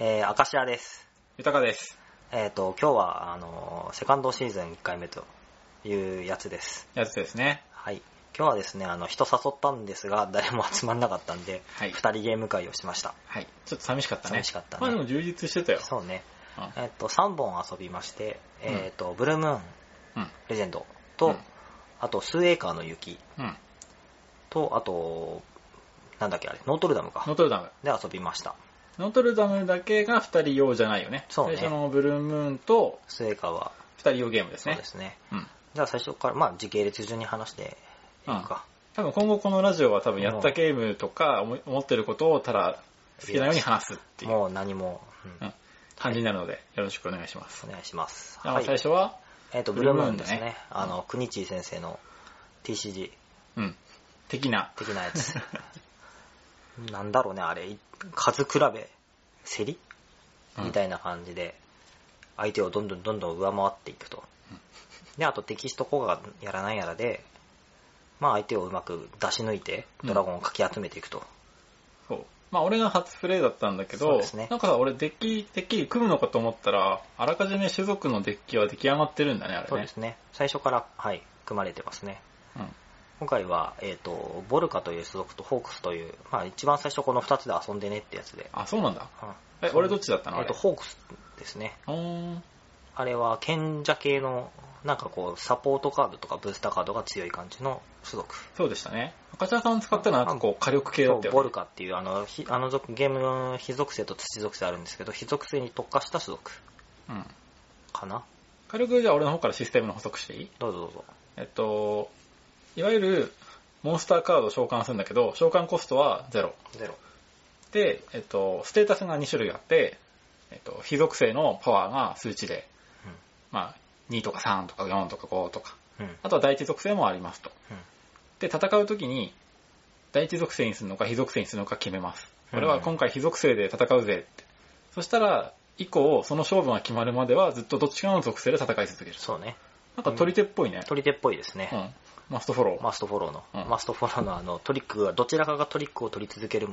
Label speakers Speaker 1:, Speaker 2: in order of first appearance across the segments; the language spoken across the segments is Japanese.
Speaker 1: えー、アカシラです。
Speaker 2: 豊かです。
Speaker 1: えっ、と、今日は、あのー、セカンドシーズン1回目というやつです。
Speaker 2: やつですね。
Speaker 1: はい。今日はですね、あの、人誘ったんですが、誰も集まんなかったんで、
Speaker 2: はい
Speaker 1: 二、。人ゲーム会をしました。
Speaker 2: はい。ちょっと寂しかったね。
Speaker 1: 寂しかったね
Speaker 2: まあでも充実してたよ。
Speaker 1: そうね。
Speaker 2: うん。
Speaker 1: えっ、と、3本遊びまして、
Speaker 2: うん
Speaker 1: えっ、と、ブルームーン、
Speaker 2: うん。
Speaker 1: レジェンドと、
Speaker 2: うん
Speaker 1: あと、スーエーカーの雪
Speaker 2: うん。
Speaker 1: と、あと、なんだっけあれ、ノートルダム
Speaker 2: ノー
Speaker 1: か。
Speaker 2: トルダム。
Speaker 1: で遊びました。
Speaker 2: ノートルダムだけが二人用じゃないよね。
Speaker 1: そうね
Speaker 2: 最初のブルームーンと
Speaker 1: スーエーカーは、
Speaker 2: 二人用ゲームです
Speaker 1: そう
Speaker 2: ね。
Speaker 1: ですね。
Speaker 2: うん。
Speaker 1: じゃあ最初から、まあ時系列順に話していくか。
Speaker 2: 多分今後このラジオは多分やったゲームとか思い思ってることをただ好きなように話すっていう
Speaker 1: もう何も、うん
Speaker 2: うん感じになるのでよろしくお願いします。
Speaker 1: お願いします。
Speaker 2: あ
Speaker 1: はい。
Speaker 2: 最初は、
Speaker 1: えっ、と、ブルームーンです
Speaker 2: ブルームーン
Speaker 1: ね
Speaker 2: ね。
Speaker 1: あの、くにち先生の TCG
Speaker 2: うん。的な。
Speaker 1: 的なやつ。なんだろうね、あれ、い数比べ、競り
Speaker 2: うん
Speaker 1: みたいな感じで、相手をどんどんどんどん上回っていくと。で、あとテキスト効果がやらないやらで、まあ相手をうまく出し抜いて、ドラゴンをかき集めていくと。
Speaker 2: そう。まあ俺が初プレイだったんだけ
Speaker 1: そう
Speaker 2: ど、
Speaker 1: ですね
Speaker 2: なんかさ俺デッキ、デッキ組むのかと思ったら、あらかじめ種族のデッキは出来上がってるんだね、あれね。
Speaker 1: そうですね。最初から、はい、組まれてますね。
Speaker 2: うん。
Speaker 1: 今回は、えっ、と、ボルカという種族とホークスという、まあ一番最初この2つで遊んでねってやつで。
Speaker 2: あ、そうなんだ。
Speaker 1: うん
Speaker 2: え、俺どっちだったの
Speaker 1: え
Speaker 2: あ
Speaker 1: っ
Speaker 2: れ
Speaker 1: と、。ホークスですね。
Speaker 2: うーん。
Speaker 1: あれは賢者系の、なんかこう、サポートカードとかブースターカードが強い感じの種族。
Speaker 2: そうでしたね。赤ちゃんさん使ったのはなんかこう火力系だ
Speaker 1: そ
Speaker 2: った
Speaker 1: う
Speaker 2: よ、ね。
Speaker 1: ボルカっていうあの、ひあの族ゲームの火属性と土属性あるんですけど、火属性に特化した種族
Speaker 2: うん。
Speaker 1: かな
Speaker 2: 火力じゃあ俺の方からシステムの補足していい
Speaker 1: どうぞどうぞ。
Speaker 2: えっと、いわゆるモンスターカードを召喚するんだけど、召喚コストはゼロ。
Speaker 1: ゼロ。
Speaker 2: で、えっと、ステータスが2種類あって、えっと、非属性のパワーが数値で、
Speaker 1: うん
Speaker 2: まあ、2とか3とか4とか5とか、
Speaker 1: うん。
Speaker 2: あとは第一属性もありますと。で、戦う時に、第一属性にするのか非属性にするのか決めます。
Speaker 1: うん
Speaker 2: 俺は今回非属性で戦うぜって。そしたら、以降、その勝負が決まるまではずっとどっちかの属性で戦い続ける。
Speaker 1: そうね。
Speaker 2: なんか取り手っぽいね。
Speaker 1: 取り手っぽいですね。
Speaker 2: うん。マストフォロー。
Speaker 1: マストフォローの、
Speaker 2: うん
Speaker 1: マストフォローのあの、トリックが、どちらかがトリックを取り続ける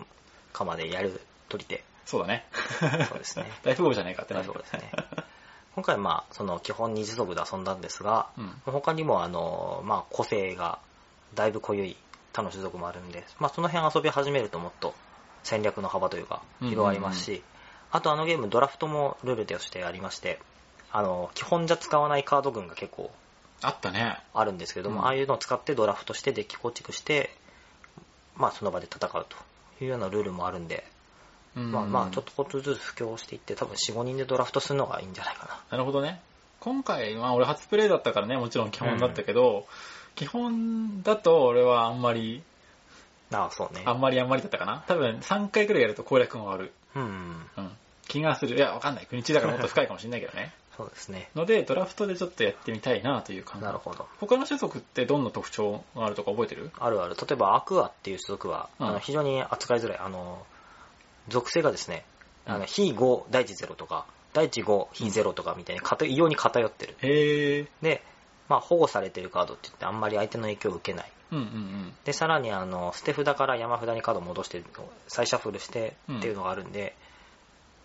Speaker 1: かまでやる取り手。
Speaker 2: そうだね。。
Speaker 1: そうですね
Speaker 2: 大富豪じゃねえかってなる
Speaker 1: そうですね。今回まあ、その基本二次族で遊んだんですが、
Speaker 2: うん。
Speaker 1: 他にもあの、まあ個性がだいぶ濃ゆい他の種族もあるんで、まあその辺遊び始めるともっと戦略の幅というか
Speaker 2: うんうんうん
Speaker 1: 広がりますし、あとあのゲームドラフトもルールとしてありまして、あの、基本じゃ使わないカード群が結構
Speaker 2: あったね。
Speaker 1: あるんですけども、
Speaker 2: うん
Speaker 1: ああいうのを使ってドラフトしてデッキ構築して、まあその場で戦うというようなルールもあるんで、
Speaker 2: うん
Speaker 1: まあまあちょっとことずつ布教していって、多分4、5人でドラフトするのがいいんじゃないかな。
Speaker 2: なるほどね。今回、まあ俺初プレイだったからね、もちろん基本だったけど、基本だと俺はあんまり、
Speaker 1: ああ、そうね
Speaker 2: あ。んまりあんまりだったかな。多分3回くらいやると攻略が終わる。
Speaker 1: うん。
Speaker 2: うん。気がする。いや、わかんない。国知 だからもっと深いかもしれないけどね。
Speaker 1: そうですね。
Speaker 2: ので、ドラフトでちょっとやってみたいなという感じ。
Speaker 1: なるほど。
Speaker 2: 他の種族ってどんな特徴があるとか覚えてる
Speaker 1: あるある。例えば、アクアっていう種族は、
Speaker 2: うん
Speaker 1: あの非常に扱いづらい。あの、属性がですね、あ
Speaker 2: う
Speaker 1: の、
Speaker 2: ん
Speaker 1: 非5、大地0とか、大地5、非0とかみたいに偏、異様に偏ってる。
Speaker 2: へー。
Speaker 1: で、まあ、保護されてるカードって言って、あんまり相手の影響を受けない。
Speaker 2: うんうん
Speaker 1: で、さらに、あの、捨て札から山札にカードを戻して、再シャッフルして
Speaker 2: うん
Speaker 1: っていうのがあるんで、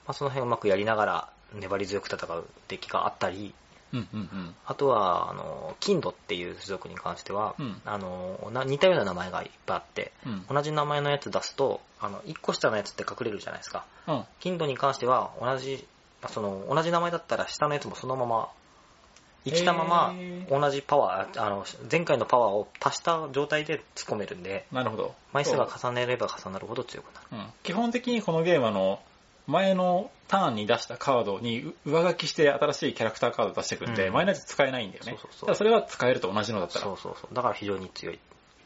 Speaker 1: まあ、その辺をうまくやりながら、粘り強く戦うデッキがあったり、
Speaker 2: うん。うんうん
Speaker 1: あとは、あの、キンドっていう種族に関しては、
Speaker 2: うん
Speaker 1: あの、な似たような名前がいっぱいあって、
Speaker 2: うん。うん。
Speaker 1: 同じ名前のやつ出すと、あの、1個下のやつって隠れるじゃないですか。
Speaker 2: うん。
Speaker 1: キンドに関しては、同じ、まあその、同じ名前だったら下のやつもそのまま、生きたまま
Speaker 2: へ、ー
Speaker 1: 同じパワー、あの、前回のパワーを足した状態で突っ込めるんで、
Speaker 2: なるほど。
Speaker 1: 枚数が重ねれば重なるほど強くなる。
Speaker 2: うん基本的にこのゲームはあの、前のターンに出したカードにう上書きして新しいキャラクターカードを出してくんで、
Speaker 1: うん
Speaker 2: 前のやつ使えないんだよね。
Speaker 1: そうそうそう
Speaker 2: ただそれは使えると同じのだった
Speaker 1: そ
Speaker 2: ら
Speaker 1: う。そうそう。だから非常に強い。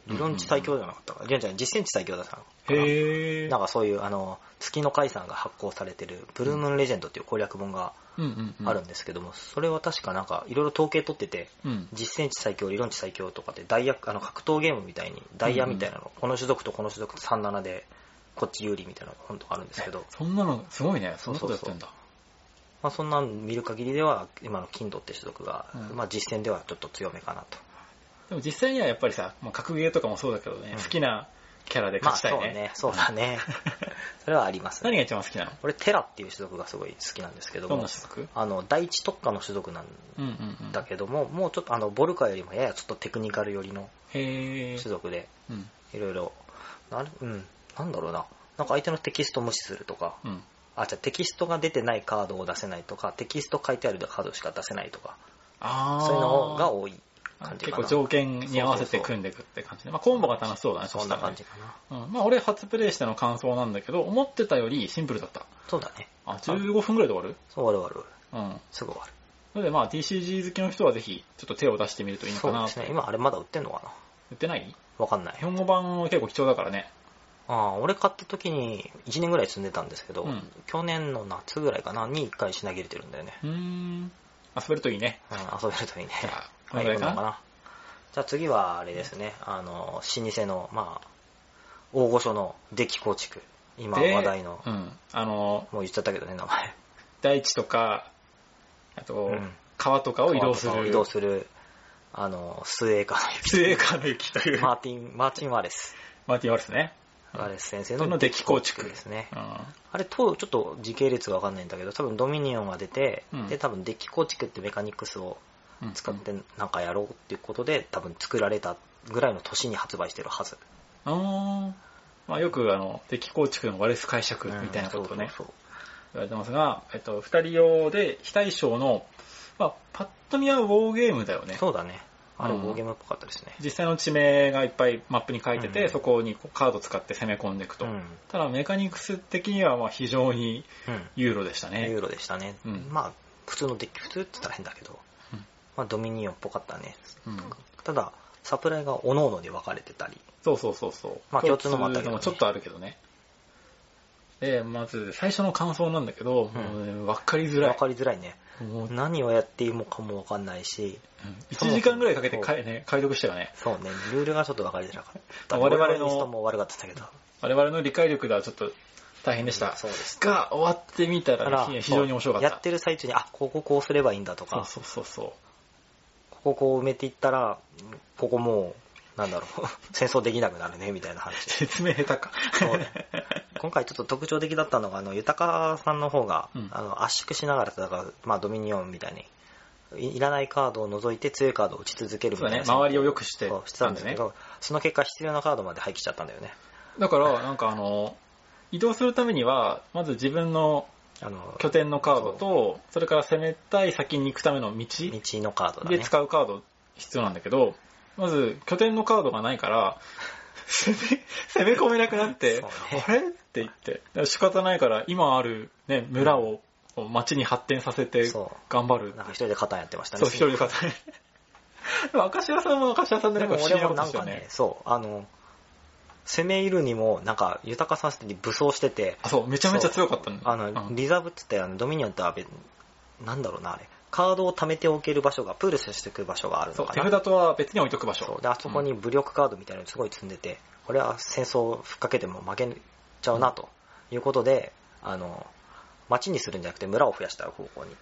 Speaker 1: 理論値最強じゃなかったか。理論値じゃない実践値最強だったのかな。
Speaker 2: へ
Speaker 1: なん
Speaker 2: ー。
Speaker 1: かそういう、あの、月の海さんが発行されてる、ブルームーンレジェンドっていう攻略本が
Speaker 2: うんうんうん
Speaker 1: あるんですけども、それは確かなんか、いろいろ統計取ってて、
Speaker 2: うん。
Speaker 1: 実践値最強、理論値最強とかで、ダイヤ、あの、格闘ゲームみたいに、ダイヤみたいなの、この種族とこの種族と37で、こっち有利みたいな本とかあるんですけど、
Speaker 2: そんなの、すごいね。そんなこと
Speaker 1: そうそうそう
Speaker 2: やってんだ。
Speaker 1: まあそんなん見る限りでは、今の金土って種族が、
Speaker 2: うん
Speaker 1: まあ実戦ではちょっと強めかなと。
Speaker 2: でも実際にはやっぱりさ、まあ格ゲーとかもそうだけどね、
Speaker 1: うん
Speaker 2: 好きなキャラで
Speaker 1: まあ
Speaker 2: 勝ちた
Speaker 1: そう
Speaker 2: いね。
Speaker 1: ね、そうだ ね。それはありますね。
Speaker 2: 何が一番好きなの
Speaker 1: 俺、テラっていう種族がすごい好きなんですけど
Speaker 2: どん
Speaker 1: も
Speaker 2: な、種族
Speaker 1: あの、第一特化の種族なん
Speaker 2: うんうんうん。
Speaker 1: だけども、もうちょっとあの、ボルカよりもややちょっとテクニカル寄りの
Speaker 2: へえ。
Speaker 1: 種族で、
Speaker 2: うん。
Speaker 1: いろいろ、なうん、なんだろうな。なんか相手のテキスト無視するとか、
Speaker 2: うん。
Speaker 1: あ、じゃあテキストが出てないカードを出せないとか、テキスト書いてあるカードしか出せないとか、
Speaker 2: ああ。
Speaker 1: そういうのが多い感じか
Speaker 2: 結
Speaker 1: な。
Speaker 2: 構条件に合わせて組んでいくって感じね。まあコンボが楽しそうだね、
Speaker 1: そんな
Speaker 2: したら
Speaker 1: 感
Speaker 2: ね
Speaker 1: じかな。
Speaker 2: うん、まあ俺初プレイしての感想なんだけど、思ってたよりシンプルだった。
Speaker 1: そうだね。
Speaker 2: あ、15分くらいで終わる
Speaker 1: そう、終わる終わる。
Speaker 2: うん。
Speaker 1: すぐ終わる。
Speaker 2: それでまあ TCG 好きの人はぜひ、ちょっと手を出してみるといいの
Speaker 1: そう
Speaker 2: かな
Speaker 1: で
Speaker 2: って。
Speaker 1: すね。今あれまだ売ってんのかな
Speaker 2: 売ってない
Speaker 1: わかんない
Speaker 2: 日。本語版は結構貴重だからね。
Speaker 1: ああ、俺買った時に1年ぐらい積んでたんですけど、
Speaker 2: うん
Speaker 1: 去年の夏ぐらいかな、に1回品切れてるんだよね。
Speaker 2: うーん。遊べるといいね。
Speaker 1: うん、遊べるといいね。
Speaker 2: じゃあ、 こ
Speaker 1: は
Speaker 2: の
Speaker 1: い、
Speaker 2: ぐらい
Speaker 1: こんな
Speaker 2: かな。
Speaker 1: のかな。じゃあ次はあれですね、あの、老舗の、まあ、大御所のデッキ構築。今
Speaker 2: で
Speaker 1: 話題の、
Speaker 2: うん。あの、
Speaker 1: もう言っちゃったけどね、名前。
Speaker 2: 大地とか、あと、
Speaker 1: うん
Speaker 2: 川とかを移動する。
Speaker 1: 移動する、あの、スエーカーの雪
Speaker 2: スエーカーの雪という、
Speaker 1: マーティン、マーチン・ワレス。
Speaker 2: マーティン・ワルスね。
Speaker 1: ワレス先生
Speaker 2: そ
Speaker 1: の
Speaker 2: のデッキ構築。
Speaker 1: ですね。
Speaker 2: う
Speaker 1: あれと、ちょっと時系列がわかんないんだけど、多分ドミニオンが出て、
Speaker 2: うん
Speaker 1: で、多分デッキ構築ってメカニクスを
Speaker 2: ん。
Speaker 1: 使ってなんかやろうっていうことで、多分作られたぐらいの年に発売してるはず。
Speaker 2: あーまあ、よくあの、敵構築のワレス解釈みたいなことをね、
Speaker 1: そうそう
Speaker 2: 言われてますが、えっと、二人用で、非対称の、まあ、パッと見はウォーゲームだよ
Speaker 1: そう
Speaker 2: ね。
Speaker 1: そうだね。あれ、
Speaker 2: うん
Speaker 1: ボーゲームっぽかったですね。
Speaker 2: 実際の地名がいっぱいマップに書いてて、
Speaker 1: うん
Speaker 2: そこにこうカード使って攻め込んでいくと。
Speaker 1: うん。うん。
Speaker 2: ただ、メカニクス的にはまあ非常にユーロでした
Speaker 1: ユ
Speaker 2: ね
Speaker 1: ー。ロでしたね。
Speaker 2: うん
Speaker 1: まあ、普通のデッキ、普通って言ったら変だけど、
Speaker 2: うん
Speaker 1: まあ、ドミニオンっぽかったね。
Speaker 2: うん
Speaker 1: ただ、サプライが各々で分かれてたり、
Speaker 2: そうそうそうそう。
Speaker 1: まあ共通のもあったけどね
Speaker 2: 共通のもちょっとあるけどね。で、まず最初の感想なんだけど、
Speaker 1: うん
Speaker 2: もうねわかりづら
Speaker 1: 分
Speaker 2: い。
Speaker 1: かりづらいね。
Speaker 2: もう
Speaker 1: 何をやっていいのかも分かんないし、
Speaker 2: 1時間ぐらいかけてかい、ね、解読したよね。
Speaker 1: そうね、ルールがちょっと分かりづらかった。
Speaker 2: 我々
Speaker 1: 俺
Speaker 2: の
Speaker 1: リストも悪かったんだけど。
Speaker 2: 我々の理解力ではちょっと大変でした。
Speaker 1: そうです。
Speaker 2: が、終わってみた、
Speaker 1: だからら
Speaker 2: 非常に面白かっ。
Speaker 1: やったてる最中に、あ、こここうすればいいんだと
Speaker 2: そう
Speaker 1: か、
Speaker 2: そうそうそう。
Speaker 1: こここう埋めていったら、ここもう、なんだろう、 戦争できなくなるね、みたいな話。
Speaker 2: 説明下手か。
Speaker 1: そうね。今回ちょっと特徴的だったのが、あの、豊さんの方が、
Speaker 2: うん
Speaker 1: あの、圧縮しながら戦う、まあ、ドミニオンみたいに、いいらないカードを除いて強いカードを打ち続けるみ
Speaker 2: そう
Speaker 1: たい
Speaker 2: だね
Speaker 1: な。。
Speaker 2: 周りを良くして
Speaker 1: そうしてたんですけ
Speaker 2: ね。
Speaker 1: ど、その結果必要なカードまで廃棄しちゃったんだよね。
Speaker 2: だから、なんかあの、移動するためには、まず自分の
Speaker 1: あの、
Speaker 2: 拠点のカードと、それから攻めたい先に行くための道
Speaker 1: 道のカードだ
Speaker 2: で
Speaker 1: ね。
Speaker 2: 使うカード必要なんだけど、まず拠点のカードがないから、 攻め、攻め込めなくなって、
Speaker 1: そうね
Speaker 2: あれって言って、だから仕方ないから今あるね、村をこう町に発展させて
Speaker 1: そ
Speaker 2: 頑張る
Speaker 1: なん。か一人でカタンやってましたね。
Speaker 2: そう、一人で勝たない。でも、明石家さんも明石家さんで
Speaker 1: で
Speaker 2: なんか
Speaker 1: も
Speaker 2: 不思議
Speaker 1: 俺
Speaker 2: な
Speaker 1: も
Speaker 2: こと
Speaker 1: な
Speaker 2: で
Speaker 1: ん
Speaker 2: すよ
Speaker 1: かね、
Speaker 2: ね。
Speaker 1: そう、あの、攻め入るにも、なんか、豊さんして武装してて、
Speaker 2: あ、そう、めちゃめちゃ強かったんだ
Speaker 1: あ
Speaker 2: う
Speaker 1: の、
Speaker 2: ん
Speaker 1: リザーブって言って、あの、ドミニオンとは別、なんだろうな、あれ。カードを貯めておける場所が、プールしておく場所がある
Speaker 2: そ
Speaker 1: の
Speaker 2: う、
Speaker 1: か
Speaker 2: 手
Speaker 1: な。
Speaker 2: 札とは別に置いとく場所。
Speaker 1: そう。で、あそこに武力カードみたいなのすごい積んでて、これは戦争をふっかけても負けちゃうな、ということで、あの、町にするんじゃなくて村を増やした方向に。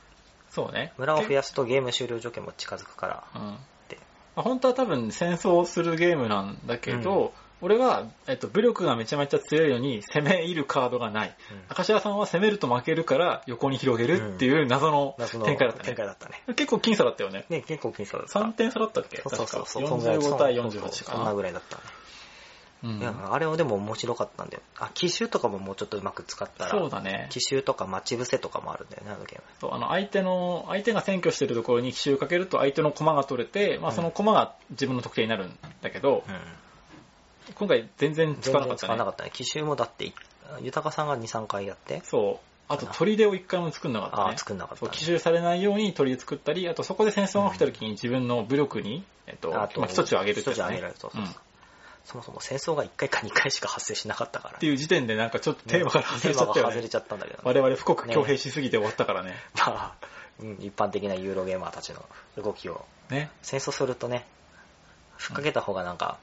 Speaker 2: そうね。
Speaker 1: 村を増やすとゲーム終了条件も近づくから。
Speaker 2: うんま
Speaker 1: て
Speaker 2: あ本当は多分戦争をするゲームなんだけど、俺は、えっと、武力がめちゃめちゃ強いのに攻め入るカードがない。
Speaker 1: うん
Speaker 2: 明石家さんは攻めると負けるから横に広げるっていう謎の
Speaker 1: 謎の
Speaker 2: 展開だった
Speaker 1: 展
Speaker 2: ね。
Speaker 1: 開だったね。
Speaker 2: 結構僅差だったよね。
Speaker 1: ね、結構僅差だった。
Speaker 2: 3点差だったっけ
Speaker 1: そうそうそうそう。
Speaker 2: 確
Speaker 1: そんぐら
Speaker 2: か
Speaker 1: い
Speaker 2: 45対
Speaker 1: そうそう
Speaker 2: 48
Speaker 1: そんな
Speaker 2: か
Speaker 1: ぐらいだったね。
Speaker 2: な。うん
Speaker 1: いや、あれをでも面白かったんだよ。あ、奇襲とかももうちょっとうまく使った
Speaker 2: そう
Speaker 1: ら、
Speaker 2: だね。
Speaker 1: 奇襲とか待ち伏せとかもあるんだよね、あのゲーム。
Speaker 2: そうあの相手の、相手が占拠してるところに奇襲かけると相手の駒が取れて、まあ、
Speaker 1: うん
Speaker 2: その駒が自分の得点になるんだけど、
Speaker 1: うん。
Speaker 2: 今回全然使
Speaker 1: 全
Speaker 2: わなか
Speaker 1: 然
Speaker 2: っ
Speaker 1: 使わな
Speaker 2: た
Speaker 1: か
Speaker 2: ね。
Speaker 1: ったね。奇襲もだって、豊さんが2、3回やって、
Speaker 2: そう。あと砦を一回も作んなかった
Speaker 1: あ
Speaker 2: ね
Speaker 1: あ、。作んなかった
Speaker 2: そう
Speaker 1: ね。
Speaker 2: 奇襲されないように鳥作ったり、あとそこで戦争が起きた時に自分の武力に、えっと、まあ、基礎値を上げるって
Speaker 1: 一
Speaker 2: やつ
Speaker 1: 値
Speaker 2: ね
Speaker 1: 上げられる。そうそううんそうそ
Speaker 2: っ
Speaker 1: もそも戦争が1回か2回しか発生しなかったから。
Speaker 2: ていう時点でなんかちょっとテーマから外れちゃった
Speaker 1: テーマが
Speaker 2: よ
Speaker 1: 外れ
Speaker 2: ね。
Speaker 1: ちゃったんだけ どね。
Speaker 2: 我々富国強兵しすぎて終わったからね。
Speaker 1: まあ、 うん一般的なユーロゲーマーたちの動きを
Speaker 2: ね。
Speaker 1: 戦争するとね、ふっかけた方がなんか、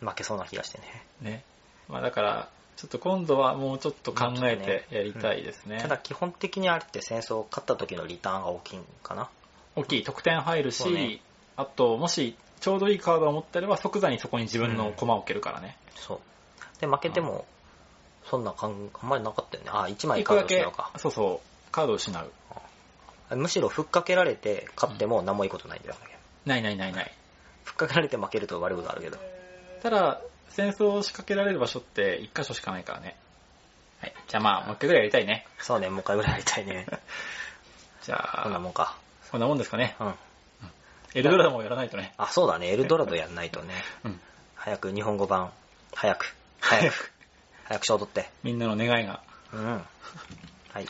Speaker 1: 負けそうな気がしてね。
Speaker 2: ね。まあだから、ちょっと今度はもうちょっと考
Speaker 1: も
Speaker 2: え
Speaker 1: うちょって
Speaker 2: やりたいですね。
Speaker 1: ただ基本的にあれって戦争を勝った時のリターンが大きいんかな。
Speaker 2: 大きい得点入る
Speaker 1: そ
Speaker 2: し、
Speaker 1: うね
Speaker 2: あともしちょうどいいカードを持ってれば即座にそこに自分の駒を置けるからね。
Speaker 1: そう。で、負けても、そんな感あんまりなかったよね。あ、1枚
Speaker 2: 一
Speaker 1: カ
Speaker 2: 個
Speaker 1: ー
Speaker 2: だ
Speaker 1: ドし
Speaker 2: け
Speaker 1: ようか。、
Speaker 2: そうそう、カードを失う。
Speaker 1: むしろ、ふっかけられて勝っても何もいいことないんだよ。
Speaker 2: ないないないない。
Speaker 1: ふっかけられて負けると悪いことあるけど。
Speaker 2: ただ、戦争を仕掛けられる場所って一箇所しかないからね。はい。じゃあまあ、もう一回ぐらいやりたいね。
Speaker 1: そうね、もう一回ぐらいやりたい ね。
Speaker 2: じゃ
Speaker 1: こんな
Speaker 2: あ、
Speaker 1: もんか。
Speaker 2: こんなもんですかね。
Speaker 1: うん。
Speaker 2: エルドラもやらないとね。
Speaker 1: あ、そうだね、エルドラドやんないとね。
Speaker 2: うん。
Speaker 1: 早く、日本語版。早く。 早く。早く賞取って。
Speaker 2: みんなの願いが。
Speaker 1: うん。はい。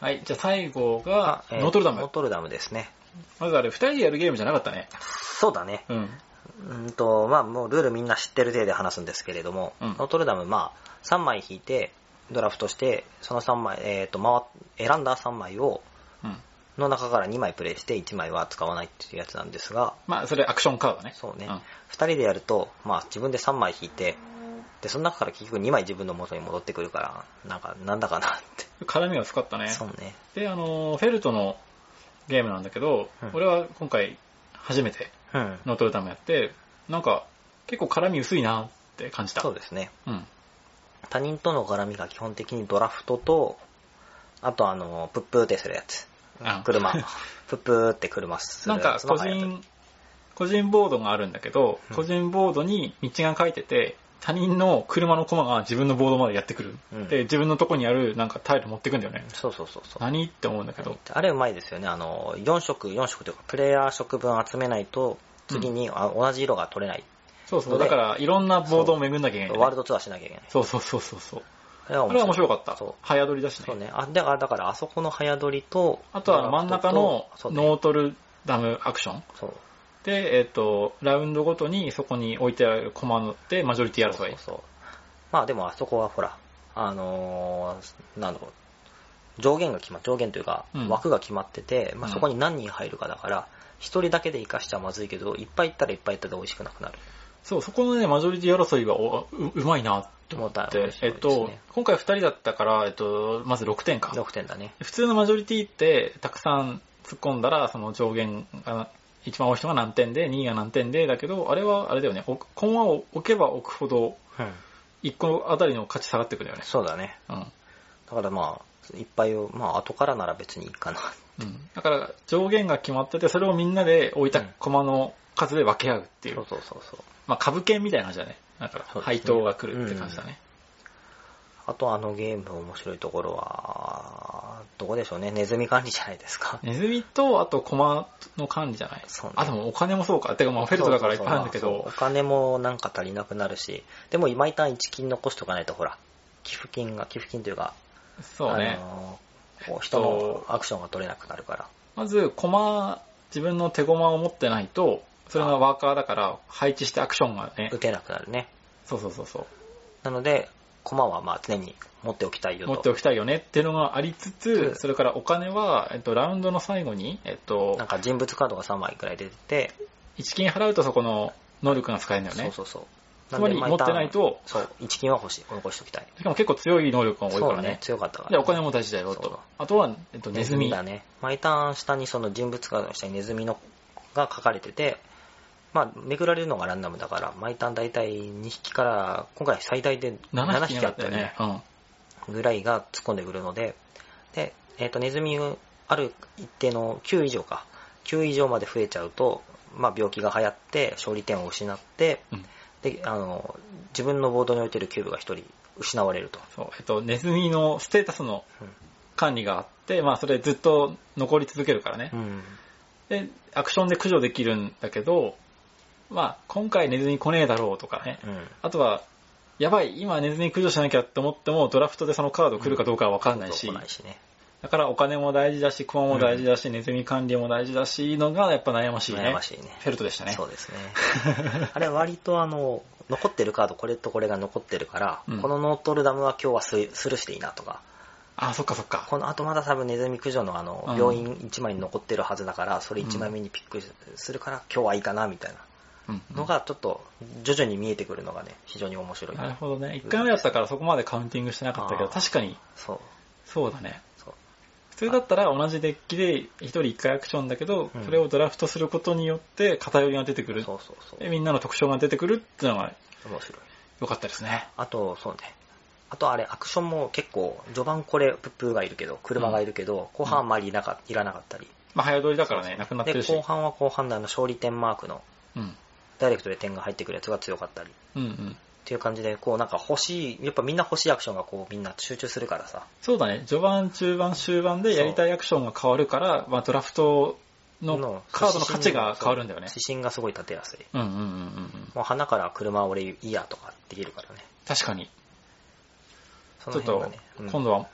Speaker 2: はい。じゃあ最後が、
Speaker 1: えー
Speaker 2: ノートルダ
Speaker 1: ノー
Speaker 2: ム。
Speaker 1: トルダムですね。
Speaker 2: まずあれ、二人でやるゲームじゃなかったね。
Speaker 1: そうだね。
Speaker 2: うん。
Speaker 1: うーんと、まあ、もうルールみんな知ってる程度で話すんですけれども、
Speaker 2: うん
Speaker 1: ノートルダム、まあ、3枚引いて、ドラフトして、その3枚、えっ、と、回っ、選んだ3枚を、
Speaker 2: うん。
Speaker 1: の中から2枚プレイして、1枚は使わないっていうやつなんですが、
Speaker 2: まあ、それアクションカードね。
Speaker 1: そうね、
Speaker 2: うん
Speaker 1: 2人でやると、まあ、自分で3枚引いて、で、その中から結局2枚自分の元に戻ってくるから、なんか、なんだかなって。
Speaker 2: 絡みが深かったね。
Speaker 1: そうね。
Speaker 2: で、あの、フェルトのゲームなんだけど、
Speaker 1: うん
Speaker 2: 俺は今回初めて
Speaker 1: うん。
Speaker 2: ノートルダムやって、なんか結構絡み薄いなって感じた。
Speaker 1: そうですね。
Speaker 2: うん。
Speaker 1: 他人との絡みが基本的にドラフトと、あとあの、プップーってするやつ。
Speaker 2: あ
Speaker 1: 車。プップーって車する
Speaker 2: なん
Speaker 1: や
Speaker 2: か
Speaker 1: つの
Speaker 2: 個
Speaker 1: 流行り
Speaker 2: 人、個人ボードがあるんだけど、
Speaker 1: うん
Speaker 2: 個人ボードに道が書いてて、他人の車の駒が自分のボードまでやってくる。
Speaker 1: うん
Speaker 2: で、自分のとこにあるなんかタイル持ってくんだよね。
Speaker 1: そうそうそうそう。
Speaker 2: 何って思うんだけど。
Speaker 1: あれうまいですよね。あの、4色、4色というか、プレイヤー色分集めないと、次に、あ同じ色が取れない。
Speaker 2: そうそう。だから、いろんなボードを巡んなきゃいけないね、
Speaker 1: ワールドツアーしなきゃいけない。
Speaker 2: そうそうそうそうそう。
Speaker 1: あれは
Speaker 2: あれは面白かった
Speaker 1: そう。
Speaker 2: 早撮りだしね。
Speaker 1: そうね。あ、だから、だからあそこの早撮りと、
Speaker 2: あとは真ん中の
Speaker 1: そうね。
Speaker 2: ノートルダムアクション。
Speaker 1: そう
Speaker 2: で、えっ、と、ラウンドごとにそこに置いてあるコマのでマジョリティ
Speaker 1: そう
Speaker 2: 争い。
Speaker 1: そう。まあでもあそこはほら、あのーなんだろう、上限が決ま上限というか
Speaker 2: うん
Speaker 1: 枠が決まってて、まあ
Speaker 2: うん
Speaker 1: そこに何人入るかだから、一人だけで生かしちゃまずいけど、いっぱい行ったらいっぱい行ったで美味しくなくなる。
Speaker 2: そう、そこのね、マジョリティ争いがおううまいなって思っ
Speaker 1: また
Speaker 2: て
Speaker 1: 面。白
Speaker 2: え
Speaker 1: い
Speaker 2: っ
Speaker 1: ですね
Speaker 2: と、今回2人だったから、えっと、まず6点か。
Speaker 1: 6点だね。
Speaker 2: 普通のマジョリティって、たくさん突っ込んだら、その上限が、一番多い人が何点で、2位が何点で、だけど、あれは、あれだよね、おコマを置けば置くほど、
Speaker 1: うん。
Speaker 2: 1個あたりの価値下がってくるよね。
Speaker 1: そうだね。
Speaker 2: うん。
Speaker 1: だからまあ、いっぱいを、まあ後からなら別にいいかな。
Speaker 2: うん、だから上限が決まってて、それをみんなで置いた駒の数で分け合うっていう。
Speaker 1: そうそうそうそう。
Speaker 2: まあ株券みたいな感じだね。だから
Speaker 1: そうですね
Speaker 2: 配当が来るって感じだね。
Speaker 1: あとあのゲーム面白いところは、どこでしょうね。ネズミ管理じゃないです か。
Speaker 2: ネズミと、あと駒の管理じゃない
Speaker 1: そうね
Speaker 2: あ、でもお金もそうか。てかまあフェルトだからいっぱいあるんだけ
Speaker 1: そうそうそう
Speaker 2: ど
Speaker 1: お。金もなんか足りなくなるし、でも毎ターン1金残しとかないとほら、寄付金が、寄付金というか、
Speaker 2: そうね
Speaker 1: あ。のーこう人のアクションが取れなくなるから。
Speaker 2: まず駒、自分の手駒を持ってないと、それがワーカーだから配置してアクションがね
Speaker 1: 打。てなくなるね。
Speaker 2: そうそうそうそう。
Speaker 1: なので、駒はまあ常に持っておきたいよと。
Speaker 2: 持っておきたいよねっていうのがありつ
Speaker 1: う
Speaker 2: つ
Speaker 1: ん、
Speaker 2: それからお金は、えっと、ラウンドの最後に、えっと
Speaker 1: な、んか人物カードが3枚くらい出てて、
Speaker 2: 1金払うとそこの能力が使えるんだよ
Speaker 1: そ
Speaker 2: ね。
Speaker 1: うそうそう。
Speaker 2: つまり
Speaker 1: なんで毎ターン
Speaker 2: 持ってないと
Speaker 1: そう、1金は欲しい、残しておきたい。
Speaker 2: しかも結構強い能力が多いか
Speaker 1: そうね
Speaker 2: らね、。
Speaker 1: 強かったから。
Speaker 2: で、お金も大事だよ
Speaker 1: そう
Speaker 2: と
Speaker 1: そう。
Speaker 2: あとは、えっと、ネ
Speaker 1: ネ
Speaker 2: ズ
Speaker 1: ズ
Speaker 2: ミ。
Speaker 1: ミだね。毎ターン下にその人物カードの下にネズミのが書かれてて、まあ、めくられるのがランダムだから、毎ターン大体2匹から、今回最大で
Speaker 2: 7
Speaker 1: 7
Speaker 2: 匹
Speaker 1: 匹
Speaker 2: だ
Speaker 1: あ
Speaker 2: っ
Speaker 1: ったた
Speaker 2: よ
Speaker 1: よ
Speaker 2: ね
Speaker 1: ね。。
Speaker 2: うん。
Speaker 1: ぐらいが突っ込んでくるので、で、えっ、と、ネズミある一定の9以上か、9以上まで増えちゃうと、まあ、病気が流行って、勝利点を失って、
Speaker 2: うん
Speaker 1: で、あの、自分のボードに置いてるキューブが1人失われると。
Speaker 2: そう。えっと、ネズミのステータスの
Speaker 1: うん
Speaker 2: 管理があって、まあ、それずっと残り続けるからね
Speaker 1: う。ん。
Speaker 2: で、アクションで駆除できるんだけど、まあ、今回ネズミ来ねえだろうとかね。
Speaker 1: うん。
Speaker 2: あとは、やばい、今ネズミ駆除しなきゃって思っても、ドラフトでそのカード来るかどうかは分かんないし、
Speaker 1: 来ないしね。
Speaker 2: だからお金も大事だし、クマも大事だし、ネズミ管理も大事だし、のがやっぱ悩ましいね。
Speaker 1: 悩ましいね。
Speaker 2: フェルトでしたね。
Speaker 1: そうですね。 あれ割とあの、残ってるカード、これとこれが残ってるから、
Speaker 2: うん
Speaker 1: このノートルダムは今日はススルーしていいなとか、
Speaker 2: あ、そっかそっか。
Speaker 1: この後まだ多分ネズミ駆除のあ
Speaker 2: う
Speaker 1: の
Speaker 2: ん、
Speaker 1: 病院1枚に残ってるはずだから、それ1枚目にピックするから今日はいいかなみたいな
Speaker 2: うん
Speaker 1: のがちょっと徐々に見えてくるのがね、非常に面白い。
Speaker 2: なるほどね。1回目だったからそこまでカウンティングしてなかったけど、
Speaker 1: あー
Speaker 2: 確かに
Speaker 1: そう。
Speaker 2: そうだね。
Speaker 1: そう
Speaker 2: 普通だったら同じデッキで1人1回アクションだけど、
Speaker 1: うん
Speaker 2: それをドラフトすることによって偏りが出てくる。
Speaker 1: そうそうそ
Speaker 2: でみんなの特徴が出てくるっていうのが
Speaker 1: う。面白い。
Speaker 2: う良かったですね。
Speaker 1: あと、そうね。あとあれ、アクションも結構、序盤これ、プップーがいるけど、車がいるけど、後半あんまりいなかいらなかったり。
Speaker 2: まあ、早撮りだからね、なくなって
Speaker 1: で、
Speaker 2: るし。
Speaker 1: 後半は後半であの、勝利点マークの、
Speaker 2: うん。
Speaker 1: ダイレクトで点が入ってくるやつが強かったり。っ
Speaker 2: うんうん。
Speaker 1: ていう感じで、こうなんか欲しい、やっぱみんな欲しいアクションがこうみんな集中するからさ。
Speaker 2: そうだね、序盤、中盤、終盤でやりたいアクションが変わるから、まあ、ドラフトのカードの価値が変わるんだよね。
Speaker 1: 指針がすごい立てやすい。
Speaker 2: うんうんうんうんうん。
Speaker 1: もう花から車俺いいやとかできるからね。
Speaker 2: 確かに。
Speaker 1: そ
Speaker 2: ち
Speaker 1: の
Speaker 2: ょ
Speaker 1: 辺
Speaker 2: っと
Speaker 1: がね。、
Speaker 2: 今度は、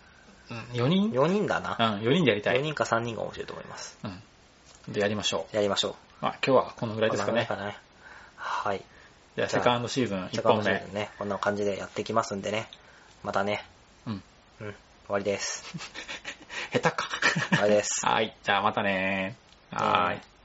Speaker 2: うん、4人うん、
Speaker 1: 4人だな。
Speaker 2: 4人でやりた
Speaker 1: 4
Speaker 2: い。
Speaker 1: 人か3人が面白いと思います。
Speaker 2: うん。で、やりましょう。
Speaker 1: やりましょう。
Speaker 2: まあ、今日はこのぐらいですかね
Speaker 1: こ。んなもんかねはい。
Speaker 2: じゃあ、セカンドシーズン
Speaker 1: じゃあ、
Speaker 2: 1
Speaker 1: かも
Speaker 2: 本
Speaker 1: しれな
Speaker 2: 目
Speaker 1: い。ね。こんな感じでやっていきますんでね。またね。
Speaker 2: うん。
Speaker 1: うん。終わりです。
Speaker 2: 下手か。。
Speaker 1: 終わりです
Speaker 2: はい。じゃあ、またねー。はーい。